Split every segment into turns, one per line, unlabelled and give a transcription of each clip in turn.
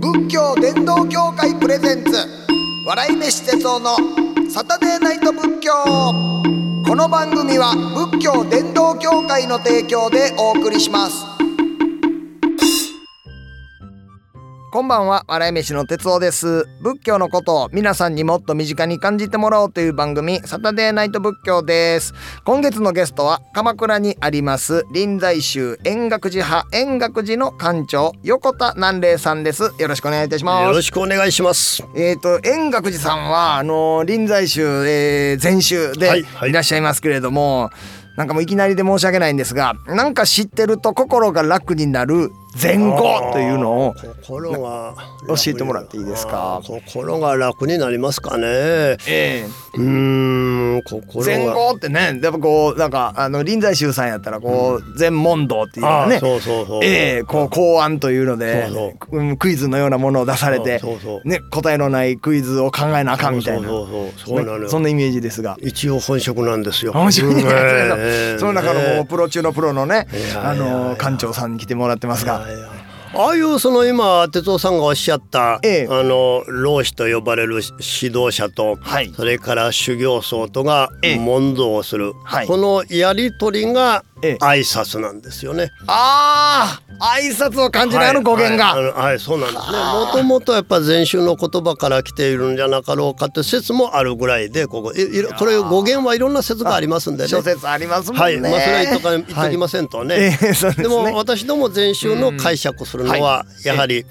道伝道協会プレゼンツ笑い飯哲夫のサタデーナイト仏教この番組は仏教伝道協会の提供でお送りしますこんばんは笑い飯の哲夫です仏教のことを皆さんにもっと身近に感じてもらおうという番組サタデーナイト仏教です今月のゲストは鎌倉にあります臨済宗円覚寺派円覚寺の館長横田南霊さんですよろしくお願いいたします
よろしくお願いします。
えー、と円覚寺さんはあの臨済宗、えー全宗
は
で
いはい
いらっしゃいますけれども、なんかもういきなりで申し訳ないんですがなんか知ってると心が楽になる前後というのを
心が
教えてもらっていいですか
あー心が楽になりますかね。
え
うーん、心
前
が。
後ってねやっぱこうなんかあの臨済宗さんやったらこう禅問答っていうの
あ
が
あ
ね、
そうそうそう。
ええこう考案というので
そう
うんクイズのようなものを出されて
そうそうそう
ね、答えのないクイズを考えなあかんみたいな
そうそうそうそうなのよ
ねそんなイメージですが。
一応本職なんですよ。
面白いね、
うんええ
その中のもうプロ中のプロのね、
いや
あ
いやい
の
や
館長さんに来てもらってますが、
いやああいうその今哲夫さんがおっしゃった、
ええ
あの老師と呼ばれる指導者と、
はい
それから修行僧とが
ええ
問答をする、
はい
このやり取りが
ええ
挨拶なんですよね。
ああ挨拶を感じるあの語源が、
はいはいあのはいそうなんですねもともとやっぱ禅宗の言葉から来ているんじゃなかろうかって説もあるぐらいでここいいろこれ語源はいろんな説がありますんでね
諸説ありますもんね。
はいまあそれは言っとか言っときませんとね、
はいええそうですね
でも私ども禅宗の解釈するの
うんは
はやはり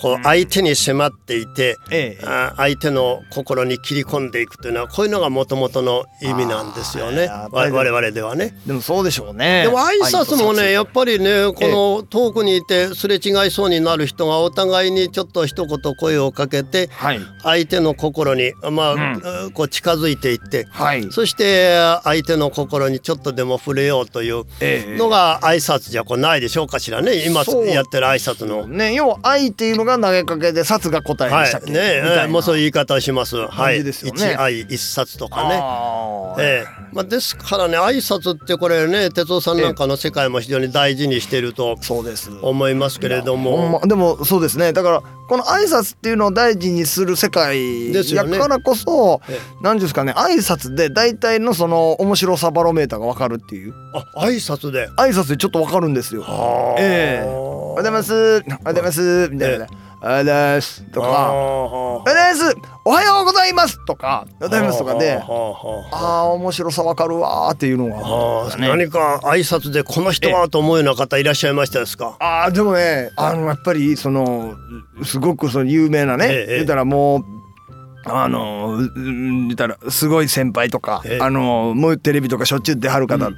こう相手に迫っていて、
ええ
あ相手の心に切り込んでいくというのはこういうのがもともとの意味なんですよね
あー
我我々ではね。
でもそうでしょうね。
でも挨拶もねやっぱりねこ
え
の遠くにいてすれ違いそうになる人がお互いにちょっと一言声をかけて
はい
相手の心にまあこう近づいていって
はい
そして相手の心にちょっとでも触れようという
ええ
のが挨拶じゃこうないでしょうかしらね今
そう
やってる挨拶の。
ね要は愛っていうのが投げかけで殺が答えで
は
したっ
い
け、
ね
みたい
え
な
もうそういう言い方をします。はい、
じですよね
一愛一冊とかね。
あー
ええまあ、ですからね挨拶ってこれね哲夫さんなんかの世界も非常に大事にしてると
そうです。
思いますけれど
ほん
も
ま、でもそうですねだからこの挨拶っていうのを大事にする世界
です
や
よね
からこそ
え
何、ですかね挨拶で大体のその面白さバロメーターが分かるっていう
あ挨拶で。
挨拶でちょっと分かるんですよ。
あ。
ええおはようございますすおはようございますみたいな、
え
おはようございますと
と
かおはようございますおはようございますとかおはようございますとかで、ああ面白さ分かるわーっていうのが
あー何か挨拶でこの人はと思うような方いらっしゃいましたですか。
あーでもねあのやっぱりそのすごくその有名なね、
ええ
言ったらもうあのううん言ったらすごい先輩とか、
ええ
あのもうテレビとかしょっちゅう出はる方、っ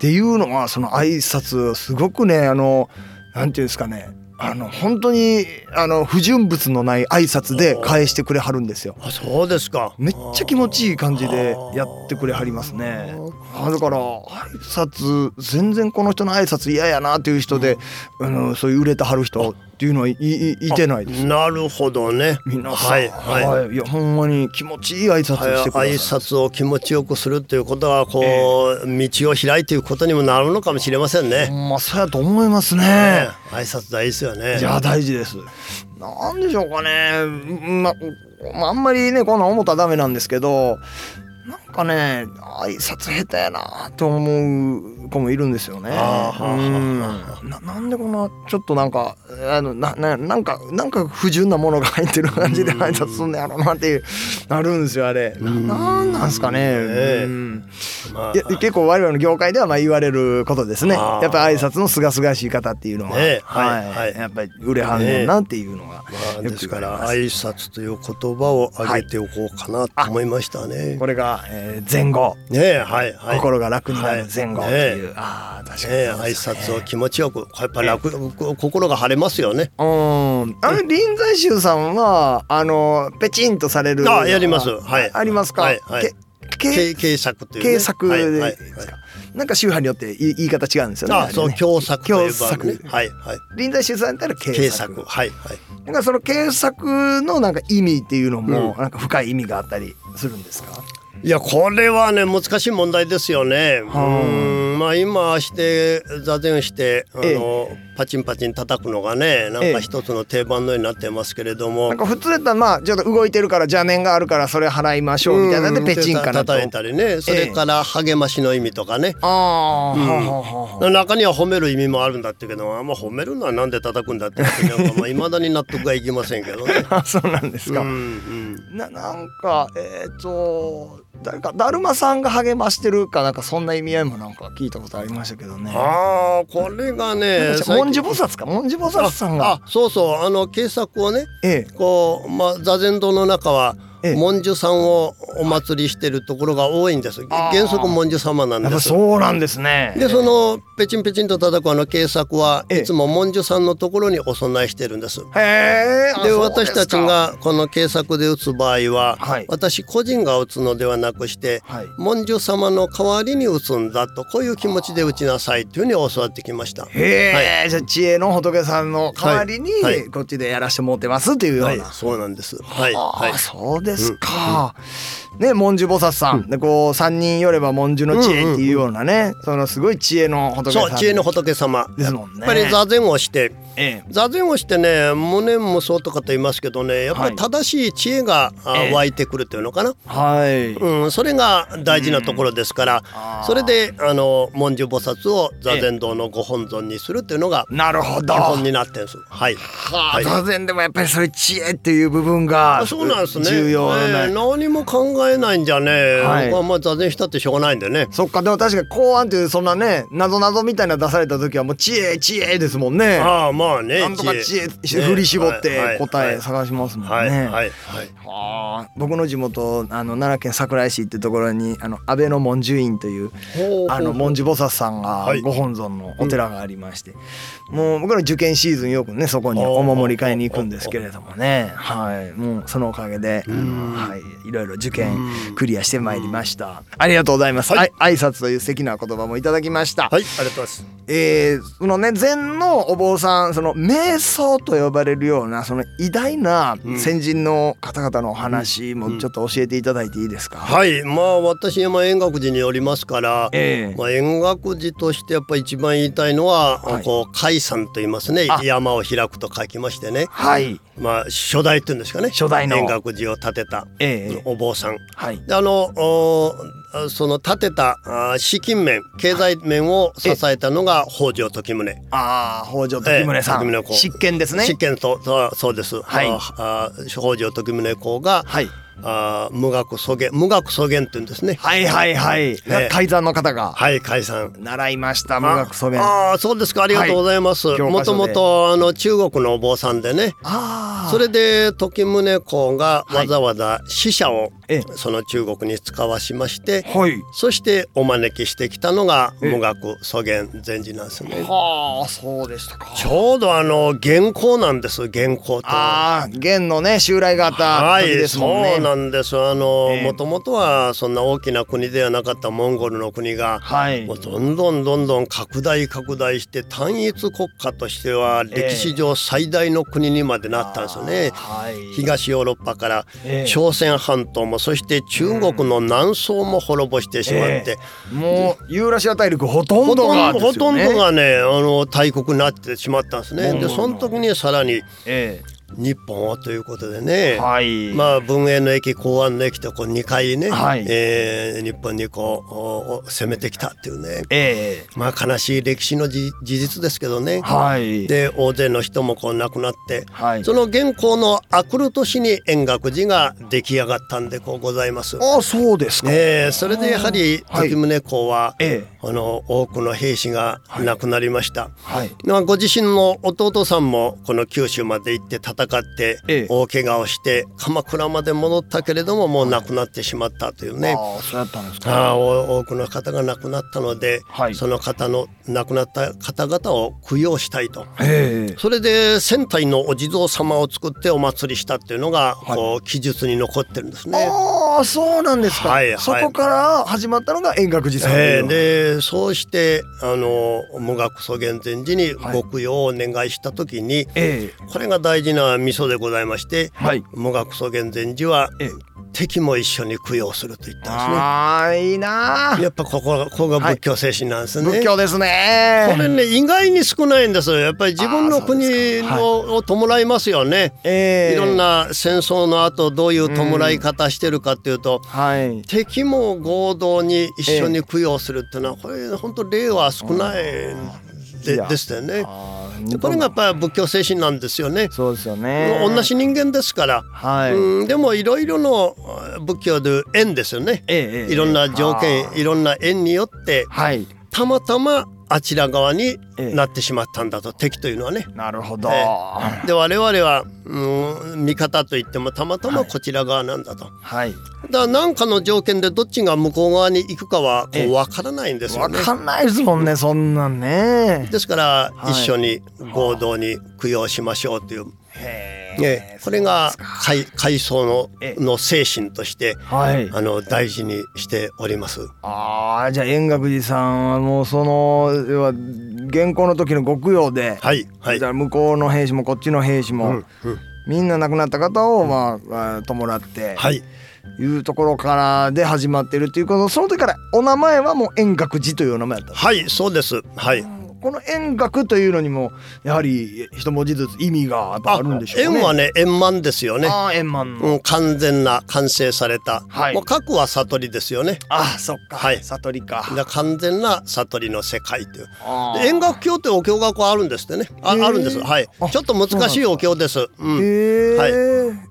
ていうのはその挨拶すごくねあのなんていうんですかねあの本当にあの不純物のない挨拶で返してくれはるんですよ。
あそうですか。
めっちゃ気持ちいい感じでやってくれはりますね。あだから挨拶全然この人の挨拶嫌やなっていう人で、あのそういう売れてはる人っていうのはいいいてないです。
なるほどね。
皆さん、
はいはい。はい
いやほんまに気持ちいい挨拶してく
挨
ださい。
拶を気持ちよくするということはこう、道を開いていくことにもなるのかもしれませんね。
ほんまそうやと思いますね。
ええ挨拶大事ですよね。
いや大事です。なんでしょうかね。ままああんまりねこんなん思ったらダメなんですけど、なんかね挨拶下手やなと思う子もいるんですよね。
あーはあ
うんななんでこんなちょっとなんかあのなななんかなんか不純なものが入ってる感じで挨拶すんねやろなっていうなるんですよあれ。ななんなんですかね。
ええ
うん
まあ
いや結構我々の業界ではまあ言われることですね。
あ
や
ー
っぱり挨拶のすがすがしい方っていうのは、
ねえ
はい
はいはい
やっぱり売れはんねんなっていうのが、
まあ、
よ
で
く言
すか
われ
ら
ます。
挨拶という言葉を挙げておこうかなと思いましたね。
これが、えー、前後、
ねえはいはい。
心が楽になる前後っていう、
は
ああ確かに、
ねえ挨拶を気持ちよくやっぱ楽、こ心が晴れますよね。
うん、あれ臨済宗さんはあのペチンとされる
あやりますはい
あありますか、
はいはい
けけ
け計作という、ね。
計作
は
で
い
すか、
はい
なんか宗派によって言い言い方違うんですよね
あそう
教
共作といえば、ね、
共作
はいはい。
臨済宗さんだったら計
計
作
作はいはい。
なんかその検索のなんか意味っていうのも
う
なんか深い意味があったりするんですか。
いやこれはね難しい問題ですよね。う
はあ
ーんまあ今して座禅してあの、
え
パチンパチン叩くのがねな
え
ん
え
か一つの定番のようになってますけれども、
なんか普通だったらまあちょっと動いてるから邪念があるからそれ払いましょうみたいな
う
の
ん
でペチンかなと。
叩いたりねそれから励ましの意味とかね、
ああ、
うん
はあはあはあ
中には褒める意味もあるんだってけど、あんま褒めるのはなんで叩くんだって言ってなんかまあ未だに納得がいきませんけどね。
あそうなんです
うん
か。
うん、
ななんかえっ、と誰かだるまさんが励ましてるかなんかそんな意味合いもなんか聞いたことありましたけどね。
ああこれがね
なんか文殊菩薩か文殊菩薩さん
あ
が。
そうそうあの警作をね
え
こう、まあ、座禅堂の中は
ええ
文殊さんをお祭りしてるところが多いんです
あー
原則文殊様な
え
ん
やっ
で
ぱ
す。
そうなんですね。
でそのペチンペチンと叩くあの警作は
ええ
いつも文殊さんのところにお供えしてるんです。
へえ。あ
で
そうす
私
か
たちがこの警作で打つ場合は、
はい
私個人が打つのではなくして
はい。
文殊様の代わりに打つんだとこういう気持ちで打ちなさいというふうに教わってきました。
へえ、じゃあ知恵の仏さんの代わりに、
はいはい
こっちでやらしてもうてますっていうような。
はい、そうなんです。はい、
ああ、
はい。
そうですか。ね、文殊菩薩さん、で、こう三人よれば文殊の知恵っていうようなね、そのすごい知恵の仏さん。
そう、知恵の仏様。
ですもんね
やっぱり座禅をして、
ええ
座禅をしてね、無念無想とかと言いますけどね、やっぱり正しい知恵が、あ
ええ
湧いてくるというのかな。
はい。
うん、それが大事なところですから、
あー
それであの文殊菩薩を座禅堂のご本尊にするというのが
なるほど。
基本
は
になってるんです。はい。
あ、
はい
座禅でもやっぱりそういう知恵っていう部分が
あそうなんですね。
重要な、
ええ何も考えないんじゃね、
はい
僕はまあ座禅したってしょうがないんでね。
そっかでも確かに公安というそんなね謎謎みたいなの出された時はもう知恵知恵ですもんね。
ああまあね。
なんとか知恵
ね
振り絞っ
は
て
い
答え
はい
探しますもんね。
はいはいは
は
い。
あ僕の地元あの奈良県桜井市ってところにあの安倍の文殊院という
ほう
あの文殊菩薩さんが
はい
ご本尊のお寺がありまして、もう僕の受験シーズンよくねそこにお守り買いに行くんですけれどもねはいもうそのおかげで、はい、いろいろ受験クリアしてまいりましたありがとうございます、
はい
あい挨拶という素敵な言葉もいただきました、
はい、ありがとうございます。
えーそのね禅のお坊さんその瞑想と呼ばれるようなその偉大な先人の方々のお話もちょっと教えていただいていいですか、
はい、まあ私今円覚寺におりますから、
ええ
まあ円覚寺としてやっぱ一番言いたいのは、
はい
こう開山と言いますね
あ。
山を開くと書きましてね。
はい
まあ初代っていうんですかね。
初代の
円覚寺を建てた
ええ
お坊さん。
はい
であのおあその建てたあ資金面経済面を支えたのが北条時宗。
ああ北条時宗さ
ええ時
ん、
宗公
執権ですね
執権とそうそうです。
はい
ああ北条時宗公が、
はい
あ無学祖元無学祖元って言うんですね。
はいはいはい、
ええ
改ざんの方が
はい解散。
習いました無学祖弁あ
ああそうですかありがとうございます。
はい教科
もと
書で
もとあの中国のお坊さんでね。
あ
それで時宗公が
は
わ
い
ざわざ死者を
ええ
その中国に使わしまして、
はい
そしてお招きしてきたのが
ええ
無学祖元禅師なんですね。
はあそうでしたか
ちょうどあの元寇なんです元寇と。
ああ元のね襲来があった
は
時で
い、
すもん
そ
ね、
うなんです。あの、
ええ
もともとはそんな大きな国ではなかったモンゴルの国が。
はい
もうどんどんどんどん拡大拡大して単一国家としては
ええ
歴史上最大の国にまでなったんですよね。
はい
東ヨーロッパから
ええ
朝鮮半島もそして中国の南宋も滅ぼしてしまって、
えもうユーラシア大陸ほと
ほ
んど
と
が
ん
で
ど
すよ、ね、
ほとんどがねあの大国になってしまったんです
う
ね。
ん
でその時にさらに
え
日本をということでね、
えはい、
まあ文英の駅港湾の駅とこう2回ね、
はい
えー日本にこうおお攻めてきたっていうね
ええ
まあ悲しい歴史のじ事実ですけどね、
はい
で大勢の人もこう亡くなって、
はい
その現行の明くる年に円覚寺が出来上がったんでこうございます。
ああそうですか、
えーそれでやはり
はい
時宗公は、
ええ
あの多くの兵士が亡くなりました。
はい
まあご自身の弟さんもこの九州まで行って戦って
ええ
大怪我をして鎌倉まで戻ったけれどももう亡くなってしまったというね
ああそうやったんですか
ああお多くの方が亡くなったので、
はい
その方の亡くなった方々を供養したいと。
ええ
それで仙台のお地蔵様を作ってお祭りしたっていうのが、
はい
こう記述に残ってるんですね。
ああそうなんですか、
はいはい
そこから始まったのが円覚寺さんとい
え
うの
ー
が
でそうしてあの無学祖元禅寺に
はい
ご供養をお願いした時に、
ええ
これが大事な味噌でございまして
はい
無学祖元禅寺は
ええ
敵も一緒に供養すると言ったんですね。
ああいいなあ
やっぱここがここが仏教精神なんですね。
仏教です
これ
ね
ね意外に少ないんですよ。やっぱり自分
あー
の
そう
国
ですか
のを弔いますよね。
ええ
いろんな戦争の後どういう弔い方してるかっていうと、
はい
敵も合同に一緒に供養するっていうのはこれ本当例は少ない
い
で
や
ですよね。
あー
これがやっぱり仏教精神なんですよね。
そうですよね
同じ人間ですから。
はい、
うん、でもいろいろの仏教でいう縁ですよね。
ええええ
いろんな条件
あ、ー
いろんな縁によって
はい
たまたまあちら側に
ええ
なってしまったんだと、敵というのはね。
なるほど、
えで我々は、うん、味方といってもたまたまこちら側なんだと。
はい
だから何かの条件でどっちが向こう側に行くかはこ
ええ
う分からないんですよ
わ
ね。
かんないですもんねそんなんね
ですから
はい
一緒に合同に供養しましょうという、
へえ
ね、これが海海藻の
ええ
の精神として
はい
あの大事にしております。
ああじゃあ円覚寺さんはもうその要は原稿の時のご供養で、
はいはい
じゃ。あ向こうの兵士もこっちの兵士も、
うんうん
みんな亡くなった方をまあ、あー弔って、
はい。
い、うところからで始まってるということその時からお名前はもう円覚寺というお名前だったんで
はい、そうです。はい。
すこの円覚というのにもやはり一文字ずつ意味がやっぱあるんでしょうね。
円はね、円満ですよね。
あー円満の、
うん、完全な完成された。
はい
もう核は悟りですよね。
あーそっか、
はい
悟りか。
だから完全な悟りの世界という。
あー
で円楽教ってお経がこうあるんですってね。あ、
へー
あるんです。はい
あ。
ちょっと難しいお経です。うん。
へえ、
はい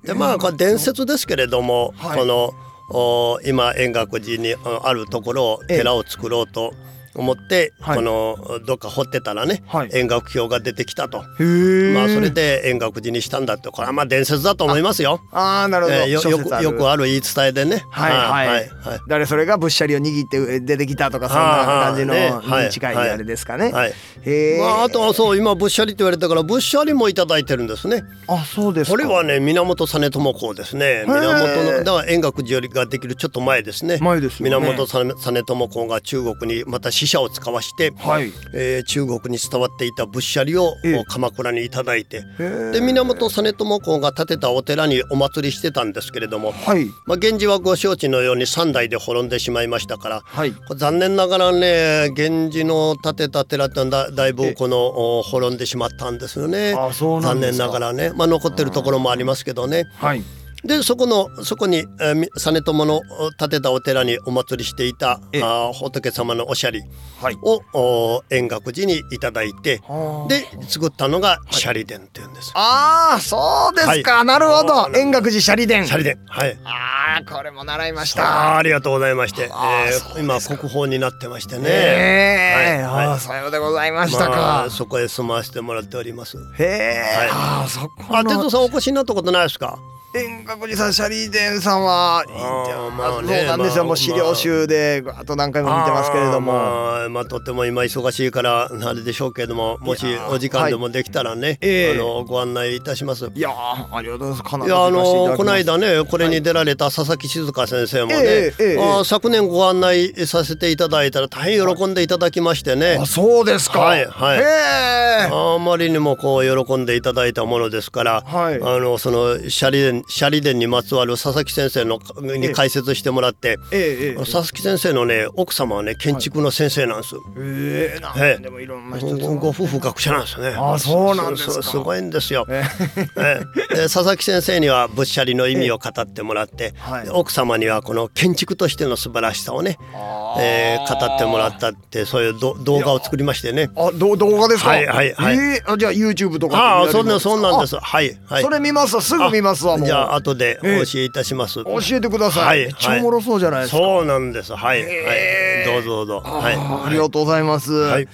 で、まあ、これ伝説ですけれども、
はい
この。お今円覚寺にああるところを
ええ
寺を作ろうと思って、
はい
このどっか掘ってたらね、
はい
円楽教が出てきたと
へえ。
まあそれで円覚寺にしたんだってこれはまあ伝説だと思いますよ。
ああなるほど、
えーよよ
諸説あ
く
る
よくある言い伝えでね。
はいはい
はいはい
誰それがぶっしゃりを握って出てきたとかそんな感じの
はあはあねはい
に近いあれですかね。
はい
へえ、
まあ、あとはそう今ぶっしゃりって言われたからぶっしゃりもいただいてるんですね。
あそうですか
これはね源実朝公ですね。源
へー
のだから円覚寺よりができるちょっと前ですね。
前ですよね
源実朝公が中国にまた使者を使わして、
はい
えー中国に伝わっていたぶっしゃりを
ええ
鎌倉にいただいて。
へえ
で源実朝公が建てたお寺にお祭りしてたんですけれども、
はい
まあ、源氏はご承知のように3代で滅んでしまいましたから、
はい
これ残念ながらね源氏の建てた寺ってのはだだいぶこのお滅んでしまったんですよね
あそうなん
残
です
念
か
ながらね、まあ、残ってるところもありますけどね
はい
でそこのそこに、えーみ実朝のお建てたお寺にお祭りしていたあ
ええ
ー仏様のおしゃり
はい
をお円覚寺にいただいて
あー
で作ったのがシャリ殿っていうんです。
あーそうですか、
はい
なるほ
そうな
ど
んです
円覚寺シャリ殿
シャリ殿はい
ああこれも習いまし
あー
た
ありがとうございまして、え
あー
ー
そう
今国宝になってましてね、
ええ
はい
あ
は
あ
い
さようでございましたか、
まあ、そこへ住まわせてもらっております。
へえ、
はい
ああそこ
あ、哲
の
夫さんお越しになったことないですか。
遠隔寺さんシャリーデンさんはいいんじゃ
あーまあね
そうなんですよ、
まあ
もう資料集であと何回も見てますけれども、
あーまあ、まあとても今忙しいから、あれでしょうけれども、もし
いやー
お時間でもできたらね、
ええ
あの、ご案内いたします。
いやーありがとうございますかないり
やあのこの
だ
間ねこれに出られた佐々木静香先生もね、
ええええ
あー昨年ご案内させていただいたら大変喜んでいただきましてね、
あそうですか
はいはい
へえ
あまりにもこう喜んでいただいたものですから、
はい
あのそのシャリ伝シャリ伝にまつわる佐々木先生の
ええ
に解説してもらって、
ええええ
佐々木先生のね奥様はね建築の先生なんです。
ええなん
え
で
え
でもいろんな人と
ごご夫婦学者なんですね。
あそうなんですか
そそすごいんですよ。
ええ
ええで佐々木先生にはぶっしゃりの意味を語ってもらって、
はい
で奥様にはこの建築としての素晴らしさをね、
あー
ええ語ってもらったってそういうど動画を作りましてね。
あど動画ですか
はいはいはい
ええあじゃあ YouTube とかで
ああ
見られる
そうな
か
んそうなんです。はい
あ
はい。
それ見ますわすぐ見ますわもう
じゃあ後でお教えいたします。
教えてください、めっちゃおもろそうじゃないですか
そうなんです。はい、
えー
はい。どうぞどうぞ。はい。
あありがとうございます。
い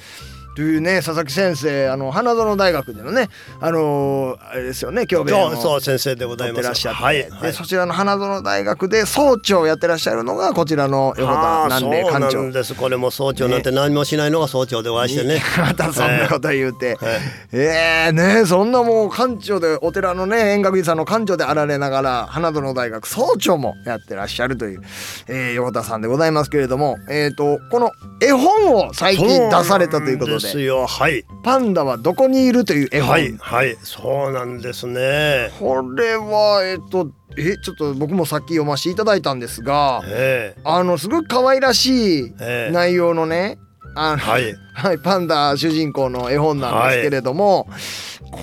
というね佐々木先生あの花園大学でのねあのーあれですよね教鞭
そ
を
うそう先生でござ
取
い
っ
ま
て
す。
らっしゃって、
はい。は
で
い
そちらの花園大学で総長をやってらっしゃるのがこちらの横
あ
田
あ
なんで
そう
館
な
長
んです。これも総長なんて何もしないのが総長でお会いしてね。
またそんなこと言うて、
はい
ええねそんなもう館長でお寺のね円覚寺さんの館長であられながら花園大学総長もやってらっしゃるという、えー、横田さんでございますけれども、えー、とこの絵本を最近出されたというこ
そ
と
うなん
です
よ。はい。
パンダはどこにいるという絵本、
はいはい。そうなんですね。
これはえっとえちょっと僕もさっき読ませていただいたんですが
え
あのすごく可愛らしい
えええ
内容のねあの、
はい
はい、パンダ主人公の絵本なんですけれども、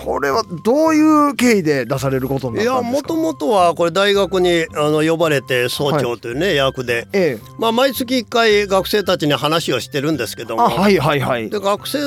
これはどういう経緯で出されることにないった
や
んです
も
か
ともとはこれ大学にあの呼ばれて総長というね、役で、
ええ、
まあ、毎月1回学生たちに話をしてるんですけど
あ
も、
はいはいはい
で学生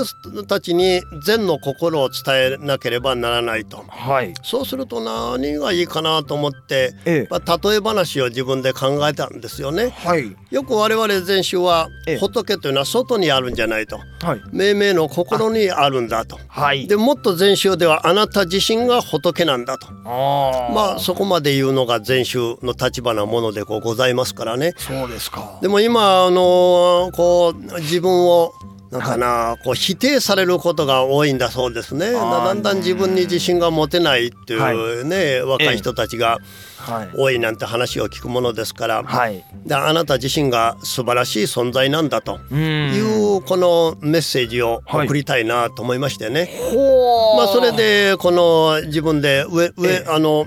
たちに善の心を伝えなければならないと
はい
そうすると何がいいかなと思って、
ええ
まあ、例え話を自分で考えたんですよね。
はい
よく我々禅宗は
ええ
仏というのは外にあるんじゃないと
はい
命名の心にあるんだと。
はい
でもっと禅宗ではあなた自身が仏なんだと
ああ
まあそこまで言うのが禅宗の立場なものでこうございますからね
そうですか
でも今あのこう自分をなんかなこう否定されることが多いんだそうですね
あー
だんだん自分に自信が持てないっていうね若い人たちが
はい
多いなんて話を聞くものですから
はい
であなた自身が素晴らしい存在なんだと
うん
いうこのメッセージを
はい
送りたいなと思いましてね。
ほう
まあ、それでこの自分で上上、
ええ
あの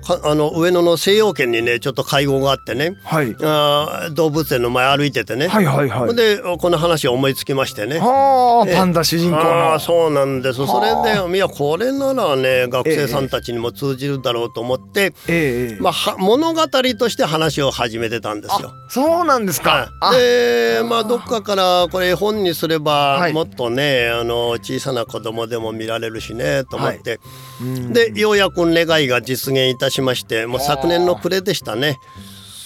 かあの上野の西洋圏にねちょっと会合があってね
はい
あー動物園の前歩いててね、
はいはいは
ほん
い
でこの話を思いつきましてね。
はあ
ええ
パンダ主人公
ああ
の
そうなんですそれでいやこれならね学生さ
え
んたちにも通じるだろうと思って、
ええ
まあ、は物語として話を始めてたんですよ。
そうなんですか
はいでまあどっかからこれ絵本にすれば
はい
もっとね、あの小さな子供でも見られるしねと思って、
うん
でようやく願いが実現いたしましてもう昨年の暮れでしたね。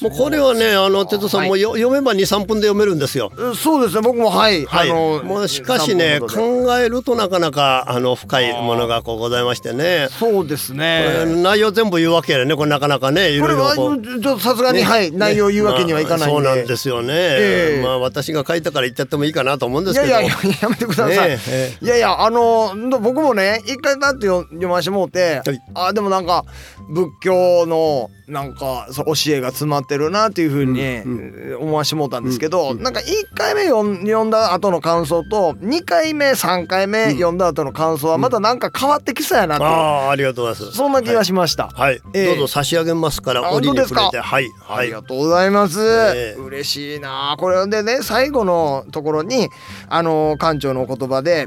もうこれはねあの哲さんもよ、読めば23分で読めるんですよ。
うんそうですね僕もはい
はい、
あの
もうしかしね
散歩のことで
考えるとなかなかあの深いものがこうございましてね、
そうです
こ
ね
れ内容全部言うわけやねこれなかなかねい
これ
ろ
はち
いろこう。
ょっとさすがに
ね
はい
ね
内容言うわけにはいかないんで
まあそうなんですよね、
ええ
まあ私が書いたから言っちゃってもいいかなと思うんで
い
す
や
け
い
ど
やいややめてください、
ねええ
いやいやあのど僕もね一回だって読読ましてもうて、
はい
あでもなんか仏教のなんかそう教えが詰まってるなっていうふうに、えー思わしてもうたんですけど、なんか1回目読ん読んだ後の感想と2回目3回目読んだ後の感想はまたなんか変わってきそうやなって
あ
いう、
あありがとうございます
そんな気がしました。
はい、
ええ
どうぞ差し上げますから
あ
折
本
に
当です
触
か
れてはい
あ
は
り
い
がとうございます。
ええ
嬉しいなあ。これでね、最後のところに、あの館長のお言葉で。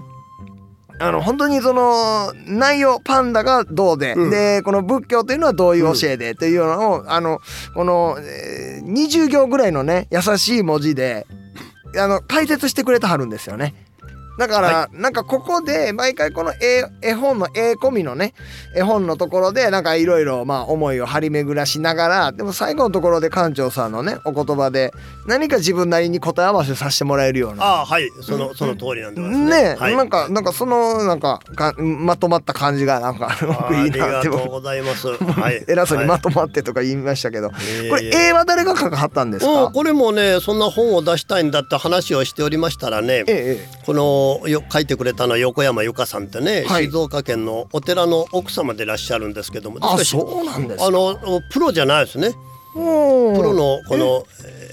あの本当にその内容パンダがどうで、
うん
でこの仏教というのはどういう教えで、というのをあのこの、えー20行ぐらいのね優しい文字であの解説してくれてはるんですよね。だから、なんかここで毎回この絵絵本の絵込みのね絵本のところでなんかいろいろまあ思いを張り巡らしながらでも最後のところで館長さんのねお言葉で何か自分なりに答え合わせさせてもらえるような。
ああはいそのその通りなんでございます
ねえ、
はい
なんかなんかそのなんかかまとまった感じがなんかすご
あ
くいいなっ
あ
て
りがとう
僕
ございます。はい、
偉そうにま
は
とまってとか言いましたけど、
い
こ
い
れ
えいえ
絵は誰が書かはったんです
うん、
か、
これもねそんな本を出したいんだって話をしておりましたらね
ええ
このよ書いてくれたのは横山由佳さんってね、
はい
静岡県のお寺の奥様でいらっしゃるんですけども
あ
しかし
そうなんですか
あのプロじゃないですね
プロ
プロのこの、えー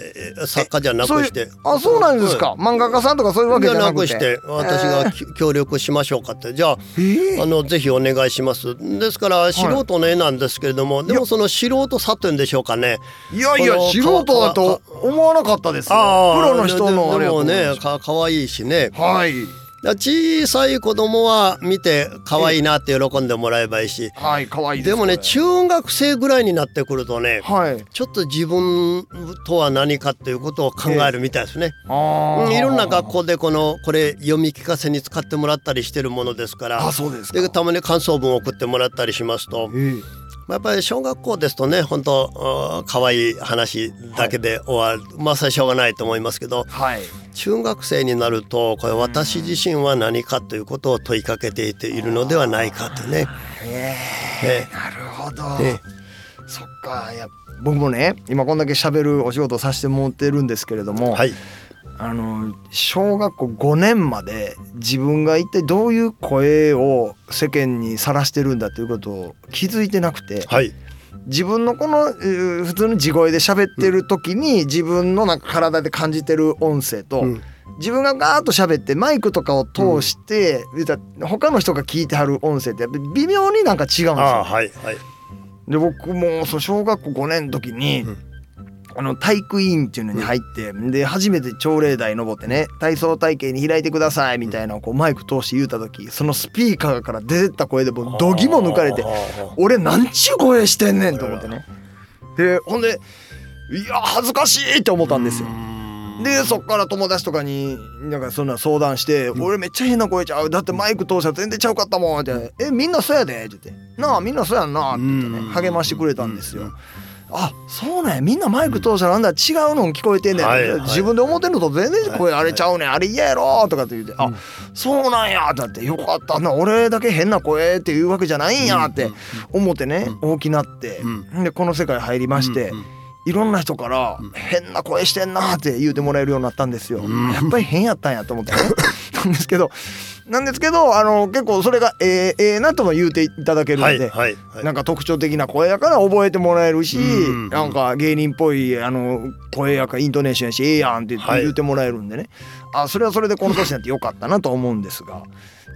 作家じゃなくして
そういうあそうなんですか、漫画家さんとかそういうわけ
じ
じ
ゃ
ゃな
なく
くて
して私がき協力しましょうかってじゃあ
えー
あのぜひお願いしますですから素人の絵なんですけれども、でもその素人さというんでしょうかね
いやいや
この
素人だと思わなかったですよ
ああ
プロの人のあれ
でで
やと
も
思いま
ね
す
か可愛いしね
はい
小さい子供は見て可愛いなって喜んでもらえばいいし
はい可愛いです
でもね
これ
中学生ぐらいになってくるとね
はい
ちょっと自分とは何かということを考えるみたいですね、
あ
う
あ
んいろんな学校でこのこれ読み聞かせに使ってもらったりしてるものですから
あそうですか
でたまに感想文を送ってもらったりしますと、
えー
まあ、やっぱり小学校ですとね本当可愛い話だけで終わる、まあそれはしょうがないと思いますけど
はい
中学生になるとこれ私自身は何かということを問いかけていているのではないかとね。
え
え
ー、なるほど
え
そっかいや僕もね今こんだけ喋るお仕事させてもらってるんですけれども、
はい、
あの小学校5年まで自分が一体どういう声を世間にさらしてるんだということを気づいてなくて、
はい
自分のこのえー普通の地声で喋ってる時に自分のなんか体で感じてる音声と、
うん
自分がガーッと喋ってマイクとかを通して、言うたら他の人が聞いてはる音声ってやっぱり微妙になんか違うんです
ああ
よ。
はいはい
で僕もそう小学校5年の時に、
うん
あの体育委員っていうのに入って、で初めて朝礼台登ってね体操体系に開いてくださいみたいなのをこうマイク通して言うた時そのスピーカーから出てった声でもうどぎも抜かれて
あー
俺なんちゅう声してんねんと思ってねでほんでいや恥ずかしいって思ったんですよでそっから友達とかになんかそんな相談して「俺めっちゃ変な声ちゃうだってマイク通したら全然ちゃうかったもん」って「えみんなそうやで」って言って「なあみんなそうやんな」って言ってね
うん
励ましてくれたんです
う
よ
ん。
あそうなんやみんなマイク通したらあんだ違うの聞こえてんねん、
はいはい
自分で思ってんのと全然声あれちゃうねん、あれ嫌やろとかって言って、
う
あ
ん
そうなんやだってよかったな俺だけ変な声っていうわけじゃないんやって思ってね、大きなって、
う
でこの世界入りまして、
うんうん
いろんな人から
うん
「変な声してんな」って言うてもらえるようになったんですよ。
うん
やっぱり変やったんやと思ってね。 なんですけどなんですけどあの結構それがええええなとも言うていただけるの
はい
で。
はいはい
なんか特徴的な声やから覚えてもらえるし、
うん
なんか芸人っぽいあの声やからイントネーションやしええやんって言って
はい
言ってもらえるんでね、あそれはそれでこの年になってよかったなと思うんですが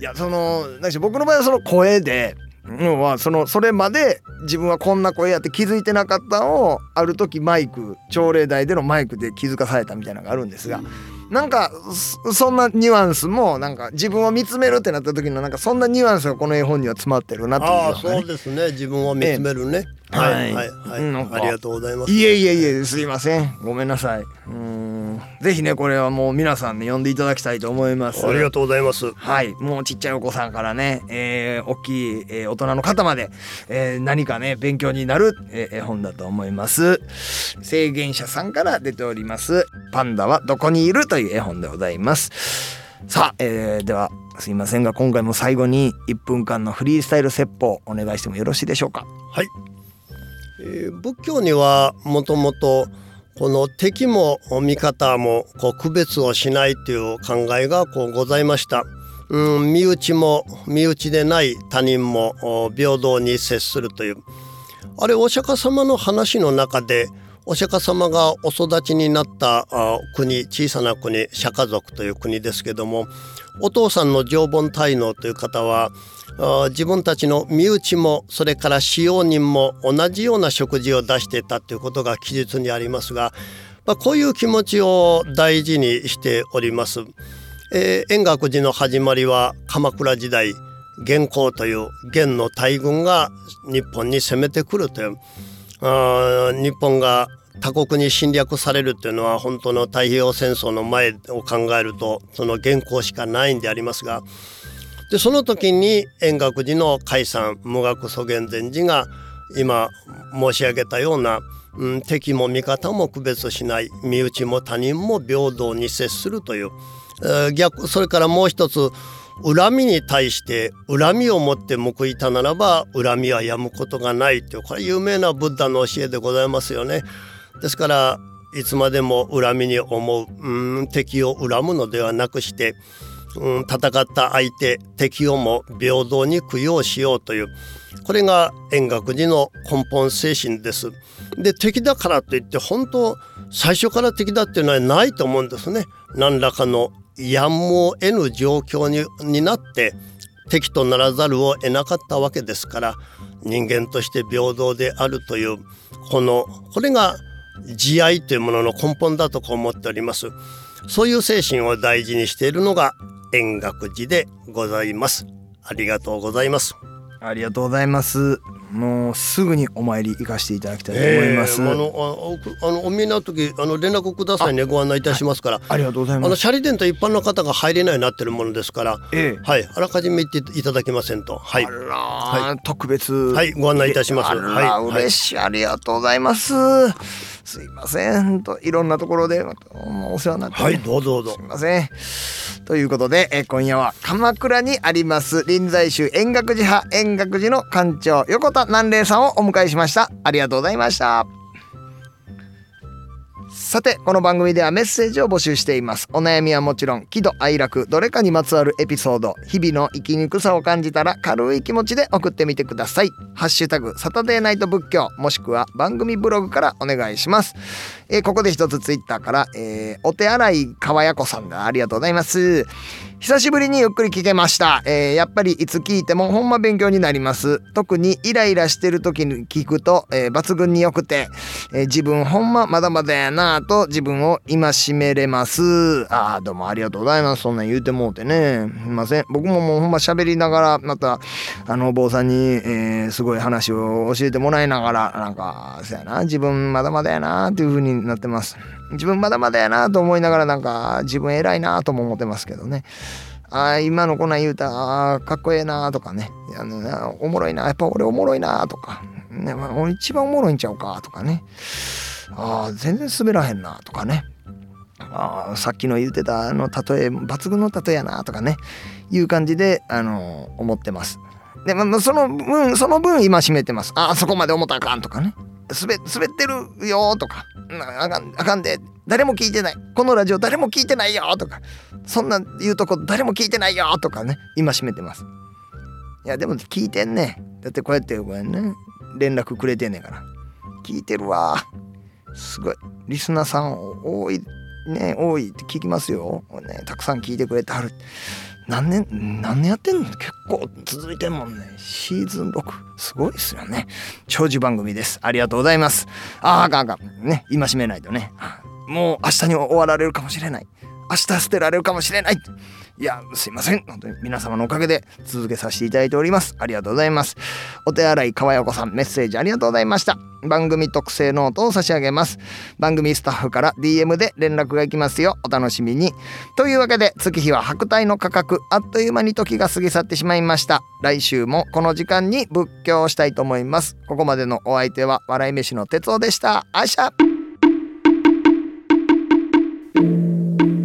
いやそのなんかし僕の場合はその声で、うん、はそのそれまで自分はこんな声やって気づいてなかったのをある時マイク朝礼台でのマイクで気づかされたみたいなのがあるんですが。なんかそそんなニュアンスもなんか自分を見つめるってなった時のなんかそんなニュアンスがこの絵本には詰まってるなっていうの
ああ
がね
そうですね自分を見つめるね、
え
は
は
いはいいはい、
なんか
ありがとうございます
いえいえいえすいませんごめんなさいうーんぜひねこれはもう皆さんね呼んでいただきたいと思います
ありがとうございます
はいもうちっちゃいお子さんからね、えー大きい、えー大人の方まで、えー何かね勉強になる、えー絵本だと思います制限者さんから出ておりますパンダはどこにいるという絵本でございますさあ、えーではすいませんが今回も最後に1分間のフリースタイル説法お願いしてもよろしいでしょうか
はい、えー仏教にはもともとこの敵も味方もこう区別をしないという考えがこうございました。うん、身内も身内でない他人もお平等に接するというあれお釈迦様の話の中でお釈迦様がお育ちになったあ国小さな国釈迦族という国ですけどもお父さんの常盆滞納という方はあ自分たちの身内もそれから使用人も同じような食事を出していたということが記述にありますが、まあ、こういう気持ちを大事にしております。えー円覚寺の始まりは鎌倉時代元寇という元の大軍が日本に攻めてくるというあー日本が他国に侵略されるというのは本当の太平洋戦争の前を考えるとその元寇しかないんでありますがでその時に円覚寺の解散無学祖元禅寺が今申し上げたような、うん、敵も味方も区別しない身内も他人も平等に接するという、えー逆それからもう一つ恨みに対して恨みを持って報いたならば恨みはやむことがないというこれ有名なブッダの教えでございますよね。ですからいつまでも恨みに思ううん敵を恨むのではなくしてうん、戦った相手敵をも平等に供養しようというこれが円覚寺の根本精神です。で敵だからといって本当最初から敵だっていうのはないと思うんですね。何らかのやむを得ぬ状況にになって敵とならざるを得なかったわけですから人間として平等であるというこのこれが慈愛というものの根本だとこう思っております。そういう精神を大事にしているのが円覚寺でございます。ありがとうございます。
ありがとうございます。もうすぐにお参り行かせていただきたいと思います。
えーあのあおくあのお見えになる時あの連絡くださいねご案内いたしますから。
ありがとうござい
あ
ま
の
す。
シャリ殿と一般の方が入れないようになってるものですから、
ええ
はい、あらかじめ言っていただけませんと、はい
あ、ら、特別。はい
ご案内いたします
あら、
はい
嬉しい、ありがとうございます。すいません、ほんといろんなところで、またお世話になって、ね。
はい、どうぞどう
す
ぞ
み。ません。ということで、えー今夜は鎌倉にあります臨済宗円覚寺派円覚寺の館長横田南霊さんをお迎えしました。ありがとうございました。さてこの番組ではメッセージを募集していますお悩みはもちろん喜怒哀楽どれかにまつわるエピソード日々の生きにくさを感じたら軽い気持ちで送ってみてくださいハッシュタグサタデーナイト仏教もしくは番組ブログからお願いします、えーここで一つツイッターから、えーお手洗いかわやこさんがありがとうございます久しぶりにゆっくり聞けました、えーやっぱりいつ聞いてもほんま勉強になります特にイライラしてる時に聞くと、えー抜群によくて、えー自分ほんままだまだやなぁと自分を戒めれますあーどうもありがとうございますそんなん言うてもうてねすいません僕ももうほんま喋りながらまたあのお坊さんに、えーすごい話を教えてもらいながらなんかそうやな自分まだまだやなっていう風になってます自分まだまだやなと思いながらなんか自分偉いなとも思ってますけどねあー今のこんなん言うたらあーかっこええなとかねあのなおもろいなやっぱ俺おもろいなとか、ねまあ、俺一番おもろいんちゃうかとかねあー全然滑らへんなとかねあーさっきの言うてたあの例え抜群の例えやなとかねいう感じで、あの思ってます。で、まあまあ、その分その分今めてます。あーそこまで思ったらあかんとかね滑滑ってるよーとかなあかんあかんで誰も聞いてないこのラジオ誰も聞いてないよーとかそんなん言うとこ誰も聞いてないよーとかね今めてます。いやでも聞いてんねだってこうやってこれね連絡くれてんねんから聞いてるわー。すごいリスナーさん多いね多いって聞きますよ、ね、たくさん聞いてくれてはる何年何年やってんの結構続いてんもんねシーズン6すごいですよね長寿番組ですありがとうございますあーあかんあかんね今しめないとねもう明日に終わられるかもしれない明日捨てられるかもしれないいやすいません本当に皆様のおかげで続けさせていただいておりますありがとうございますお手洗いかわやこさんメッセージありがとうございました番組特製ノートを差し上げます番組スタッフから DM で連絡がいきますよお楽しみにというわけで月日は白帯の価格あっという間に時が過ぎ去ってしまいました来週もこの時間に仏教をしたいと思いますここまでのお相手は笑い飯の哲夫でしたあいしゃ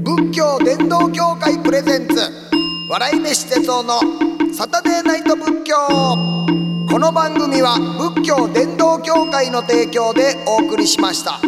仏教伝道協会プレゼンツ笑い飯哲夫のサタデーナイト仏教この番組は仏教伝道協会の提供でお送りしました。